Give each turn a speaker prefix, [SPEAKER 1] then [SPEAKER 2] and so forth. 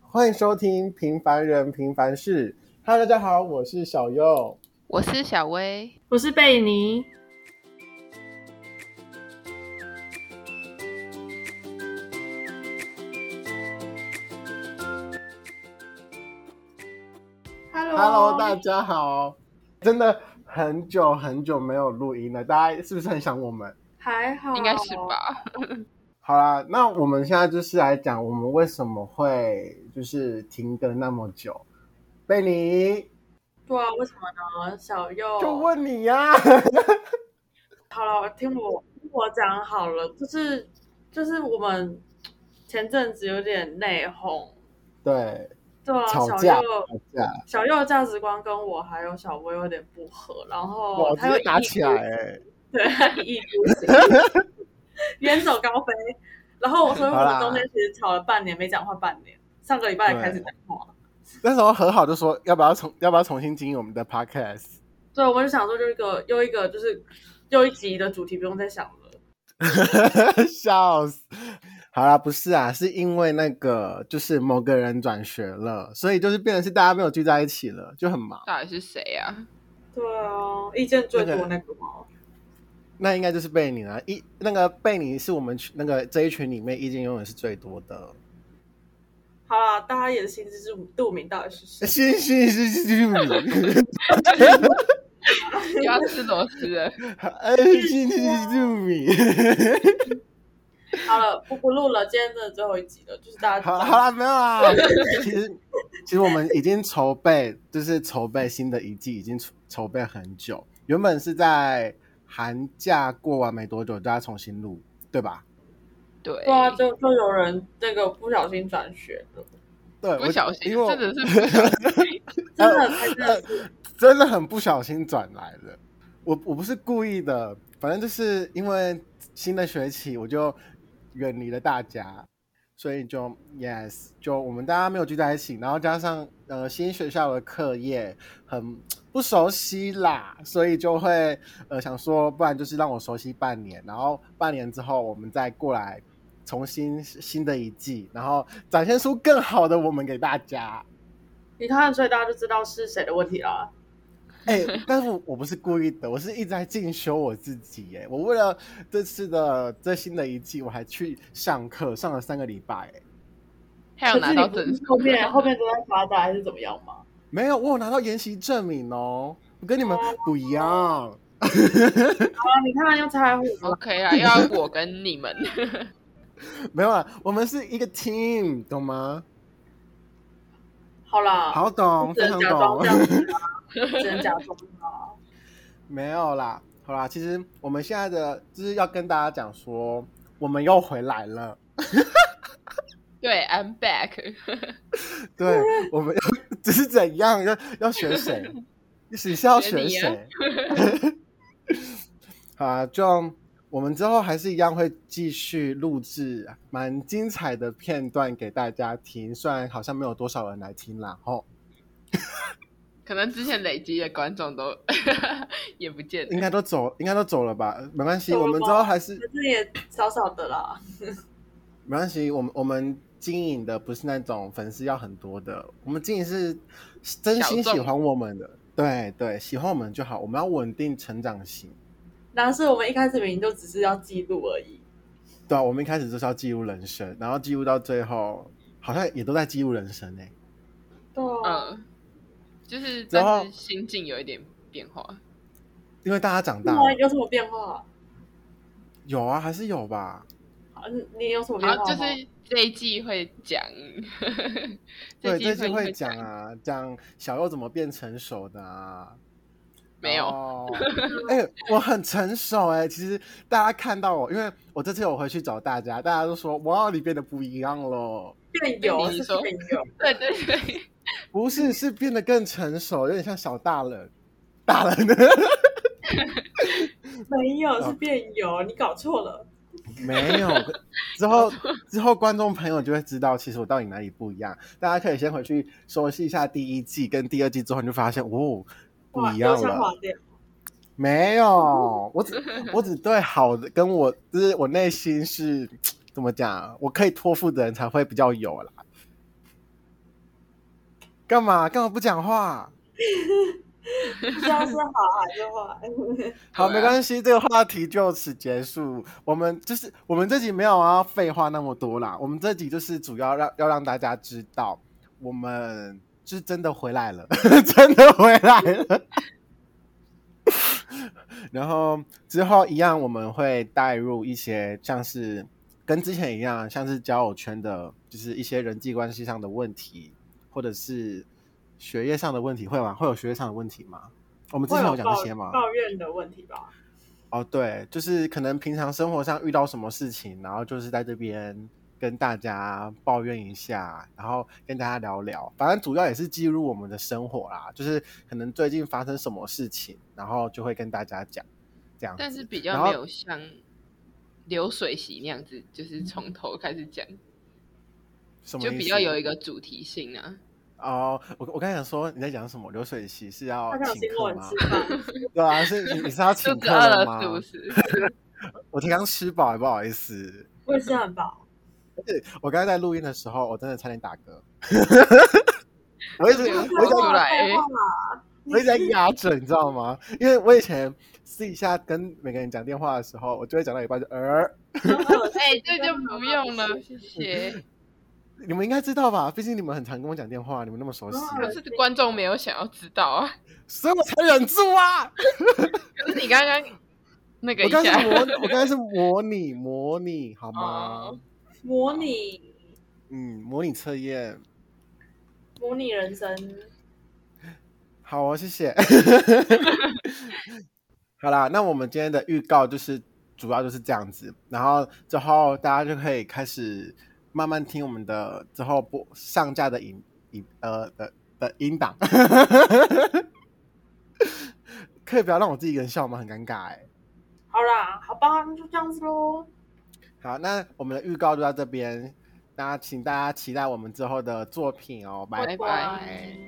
[SPEAKER 1] 欢迎收听《平凡人平凡事》。Hello，大家好，我是小优。
[SPEAKER 2] 我是小薇，
[SPEAKER 3] 我是贝尼。Hello，,
[SPEAKER 1] Hello，大家好。真的很久很久没有录音了，大家是不是很想我们？
[SPEAKER 3] 还好，
[SPEAKER 2] 应该是？吧？
[SPEAKER 1] 哦好啦，那我们现在就是来讲我们为什么会就是停更那么久。贝尼
[SPEAKER 3] 对啊，为什么呢？小右
[SPEAKER 1] 就问你 呀、
[SPEAKER 3] 好了，听我听我讲好了，就是就是我们前阵子有点内讧，
[SPEAKER 1] 对，
[SPEAKER 3] 对啊，
[SPEAKER 1] 吵
[SPEAKER 3] 小
[SPEAKER 1] 架
[SPEAKER 3] 右
[SPEAKER 1] 吵架，
[SPEAKER 3] 小右的价值观跟我还有小薇有点不合，然后
[SPEAKER 1] 我
[SPEAKER 3] 他
[SPEAKER 1] 直
[SPEAKER 3] 又
[SPEAKER 1] 接打
[SPEAKER 3] 一意
[SPEAKER 1] 起
[SPEAKER 3] 孤
[SPEAKER 1] 来、
[SPEAKER 3] 行
[SPEAKER 1] 欸。
[SPEAKER 3] 对他一意孤 行，远走高飞。然后所以我
[SPEAKER 1] 好啦
[SPEAKER 3] 们中间其实吵了半年，没讲话半年，上个礼拜才开始讲话。
[SPEAKER 1] 那时候和好就说要不要重要不要重新经营我们的 podcast。
[SPEAKER 3] 对，我们就想说，就一个又一个就是又一集的主题不用再想了。
[SPEAKER 1] 笑死！好啦，不是啊，是因为那个就是某个人转学了，所以就是变成是大家没有聚在一起了，就很忙。
[SPEAKER 2] 到底是谁啊？
[SPEAKER 3] 对啊，意见最
[SPEAKER 1] 那个
[SPEAKER 3] 多那个嘛。
[SPEAKER 1] 那应该就是贝尼了。一那个贝尼是我们群那个这一群里面意见永远是最多的。
[SPEAKER 3] 好啦，大家也心知肚明到底是 谁。
[SPEAKER 1] 是是是是是，
[SPEAKER 2] 又要吃螺丝 了？
[SPEAKER 1] 哎，是是是米。
[SPEAKER 3] 好了，不不录了，今天真的最后一集了，就 是大家
[SPEAKER 1] 好好啦，没有啦。 其实其实我们已经筹备，就是筹备新的一季，已经筹筹备很久。原本是在寒假过完没多久，就要重新录，对吧？
[SPEAKER 2] 对，
[SPEAKER 3] 对啊，就就有人那个不小心转学了，
[SPEAKER 1] 对，
[SPEAKER 2] 不
[SPEAKER 1] 我
[SPEAKER 2] 小心，
[SPEAKER 1] 因为我
[SPEAKER 2] 真的是不小心。
[SPEAKER 3] 真
[SPEAKER 1] 呃
[SPEAKER 3] 的才真的是
[SPEAKER 1] 真的很不小心转来了。我我不是故意的，反正就是因为新的学期我就远离了大家，所以就 yes，就我们大家没有聚在一起，然后加上呃新学校的课业很不熟悉啦，所以就会呃想说，不然就是让我熟悉半年，然后半年之后我们再过来重新新的一季，然后展现出更好的我们给大家。
[SPEAKER 3] 你看，所以大家就知道是谁的问题啦。
[SPEAKER 1] 哎、但是我我不是故意的，我是一直在进修我自己、哎，我为了这次的最新的一季，我还去上课，上了三个礼拜、哎，
[SPEAKER 2] 还有拿到
[SPEAKER 3] 可是
[SPEAKER 2] 证
[SPEAKER 3] 你
[SPEAKER 2] 书，
[SPEAKER 3] 后面后面都在发呆还是怎么样吗？
[SPEAKER 1] 没有，我有拿到研习证明哦。我跟你们不一样，
[SPEAKER 3] 好啊，你看又拆我了。
[SPEAKER 2] OK 啦，要我跟你们，
[SPEAKER 1] 没有啊，我们是一个 team，懂吗？
[SPEAKER 3] 好啦，
[SPEAKER 1] 好懂，
[SPEAKER 3] 只
[SPEAKER 1] 非
[SPEAKER 3] 能
[SPEAKER 1] 常
[SPEAKER 3] 假装
[SPEAKER 1] 懂
[SPEAKER 3] 这。样子啊，只能假装啊。
[SPEAKER 1] 没有啦，好啦，其实我们现在的就是要跟大家讲说，我们又回来了。
[SPEAKER 2] 对，I'm back。
[SPEAKER 1] 对，我们要 只是怎样要要学谁？你只是要学
[SPEAKER 2] 学
[SPEAKER 1] 谁？ 好啊，就我们之后还是一样会继续录制蛮精彩的片段给大家听，虽然好像没有多少人来听啦，吼，
[SPEAKER 2] 可能之前累积的观众都 也不见
[SPEAKER 1] 应
[SPEAKER 2] 了。
[SPEAKER 1] 该都走，应该都走了吧？没关系，
[SPEAKER 3] 走了
[SPEAKER 1] 我们之后还是
[SPEAKER 3] 可是也少少的啦。
[SPEAKER 1] 没关系，我们我们经营的不是那种粉丝要很多的，我们经营是真心
[SPEAKER 2] 小众
[SPEAKER 1] 喜欢我们的，对对，喜欢我们就好，我们要稳定成长型。
[SPEAKER 3] 但是我们一开始明明就只是要记录而已。
[SPEAKER 1] 对啊，我们一开始就是要记录人生，然后记录到最后，好像也都在记录人生欸呢、
[SPEAKER 3] 对啊，
[SPEAKER 2] 嗯，就是
[SPEAKER 1] 然后
[SPEAKER 2] 但是心境有一点变化。
[SPEAKER 1] 因为大家长大
[SPEAKER 3] 那
[SPEAKER 1] 了
[SPEAKER 3] 么有什么变化？
[SPEAKER 1] 有啊，还是有吧。
[SPEAKER 3] 好你你有什么变
[SPEAKER 2] 然
[SPEAKER 3] 化
[SPEAKER 2] 后
[SPEAKER 3] 吗？
[SPEAKER 2] 啊就是这一季会讲，
[SPEAKER 1] 对，这
[SPEAKER 2] 一
[SPEAKER 1] 次
[SPEAKER 2] 季
[SPEAKER 1] 会讲啊，讲小右怎么变成熟的啊。
[SPEAKER 2] 没有
[SPEAKER 1] 有， 哎、我很成熟哎、其实大家看到我，因为我这次有回去找大家，大家都说哇，你变得不一样了。
[SPEAKER 3] 变油
[SPEAKER 2] 你
[SPEAKER 3] 是
[SPEAKER 2] 说
[SPEAKER 3] 变油，
[SPEAKER 2] 对对对，
[SPEAKER 1] 不 是，是变得更成熟，有点像小大人，大人
[SPEAKER 3] 没有
[SPEAKER 1] 哦
[SPEAKER 3] 是变油，你搞错了。
[SPEAKER 1] 没 有，之后之后观众朋友就会知道，其实我到底哪里不一样。大家可以先回去熟悉一下第一季跟第二季之后，你就发现哦，不
[SPEAKER 3] 哇，
[SPEAKER 1] 一
[SPEAKER 3] 油
[SPEAKER 1] 样
[SPEAKER 3] 腔滑
[SPEAKER 1] 了。
[SPEAKER 3] 调。
[SPEAKER 1] 没有，我只我只对好的跟我就是我内心是怎么讲，我可以托付的人才会比较有啦。干嘛干嘛不讲话？
[SPEAKER 3] 不知道是好啊还是 坏。
[SPEAKER 1] 好，
[SPEAKER 2] 对啊
[SPEAKER 1] 没关系，这个话题就此结束。我们就是我们这集没有要废话那么多啦，我们这集就是主要让要让大家知道，我们是真的回来了， 真的回来了。然后之后一样，我们会带入一些像是跟之前一样，像是交友圈的，就是一些人际关系上的问题，或者是学业上的问题，会吗？会有学业上的问题吗？我们之
[SPEAKER 3] 会
[SPEAKER 1] 前有
[SPEAKER 3] 有
[SPEAKER 1] 讲这
[SPEAKER 3] 抱
[SPEAKER 1] 些吗？
[SPEAKER 3] 抱怨的问题吧？
[SPEAKER 1] 哦，对，就是可能平常生活上遇到什么事情，然后就是在这边跟大家抱怨一下，然后跟大家聊聊，反正主要也是记录我们的生活啦，就是可能最近发生什么事情，然后就会跟大家讲，这样子。
[SPEAKER 2] 但是比
[SPEAKER 1] 然
[SPEAKER 2] 较
[SPEAKER 1] 后
[SPEAKER 2] 没有像流水席那样子，就是从头开始讲，
[SPEAKER 1] 什么
[SPEAKER 2] 就
[SPEAKER 1] 意
[SPEAKER 2] 比
[SPEAKER 1] 思
[SPEAKER 2] 较有一个主题性啊。
[SPEAKER 1] 哦，我我刚才想说你在讲什么？流水席是要
[SPEAKER 3] 他想
[SPEAKER 1] 哦请
[SPEAKER 3] 请
[SPEAKER 1] 客
[SPEAKER 3] 我
[SPEAKER 1] 吗
[SPEAKER 3] 吃？饭，
[SPEAKER 1] 对啊，是你你是 要
[SPEAKER 2] 肚
[SPEAKER 1] 请
[SPEAKER 2] 子
[SPEAKER 1] 客
[SPEAKER 2] 饿
[SPEAKER 1] 了
[SPEAKER 2] 了
[SPEAKER 1] 吗
[SPEAKER 2] 是？不是？
[SPEAKER 1] 我才刚吃饱，不好意思。
[SPEAKER 3] 我也是很饱。
[SPEAKER 1] 我刚才在录音的时候，我真的差点打嗝。 我一直
[SPEAKER 2] 没有
[SPEAKER 1] 我一直
[SPEAKER 2] 说
[SPEAKER 1] 在
[SPEAKER 2] 出来
[SPEAKER 3] 废话
[SPEAKER 1] 我一直在压着，你知道吗？因为我以前私底下跟每个人讲电话的时候，我就会讲到一半就呃，
[SPEAKER 2] 哎、这就不用了，谢谢。
[SPEAKER 1] 你们应该知道吧？毕竟你们很常跟我讲电话，你们那么熟悉，
[SPEAKER 2] 可
[SPEAKER 3] 嗯
[SPEAKER 2] 是观众没有想要知道啊。
[SPEAKER 1] 所以我才忍住 啊！
[SPEAKER 2] 可是你刚刚那个
[SPEAKER 1] 我
[SPEAKER 2] 一
[SPEAKER 1] 刚才
[SPEAKER 2] 下
[SPEAKER 1] 是，模，我刚才是模拟模拟好吗？
[SPEAKER 2] 哦
[SPEAKER 3] 模拟
[SPEAKER 1] 嗯，模拟测验。
[SPEAKER 3] 模拟人生，
[SPEAKER 1] 好哦，谢谢。好啦，那我们今天的预告就是主要就是这样子，然后之后大家就可以开始慢慢听我们的之后播上架的影影呃的的音档。 可以不要让我自己一个人笑吗？很尴尬哎、
[SPEAKER 3] 好啦，好吧，那就这样子喽。
[SPEAKER 1] 好，那我们的预告就到这边，那请大家期待我们之后的作品哦，拜
[SPEAKER 2] 拜
[SPEAKER 1] 拜。
[SPEAKER 2] 拜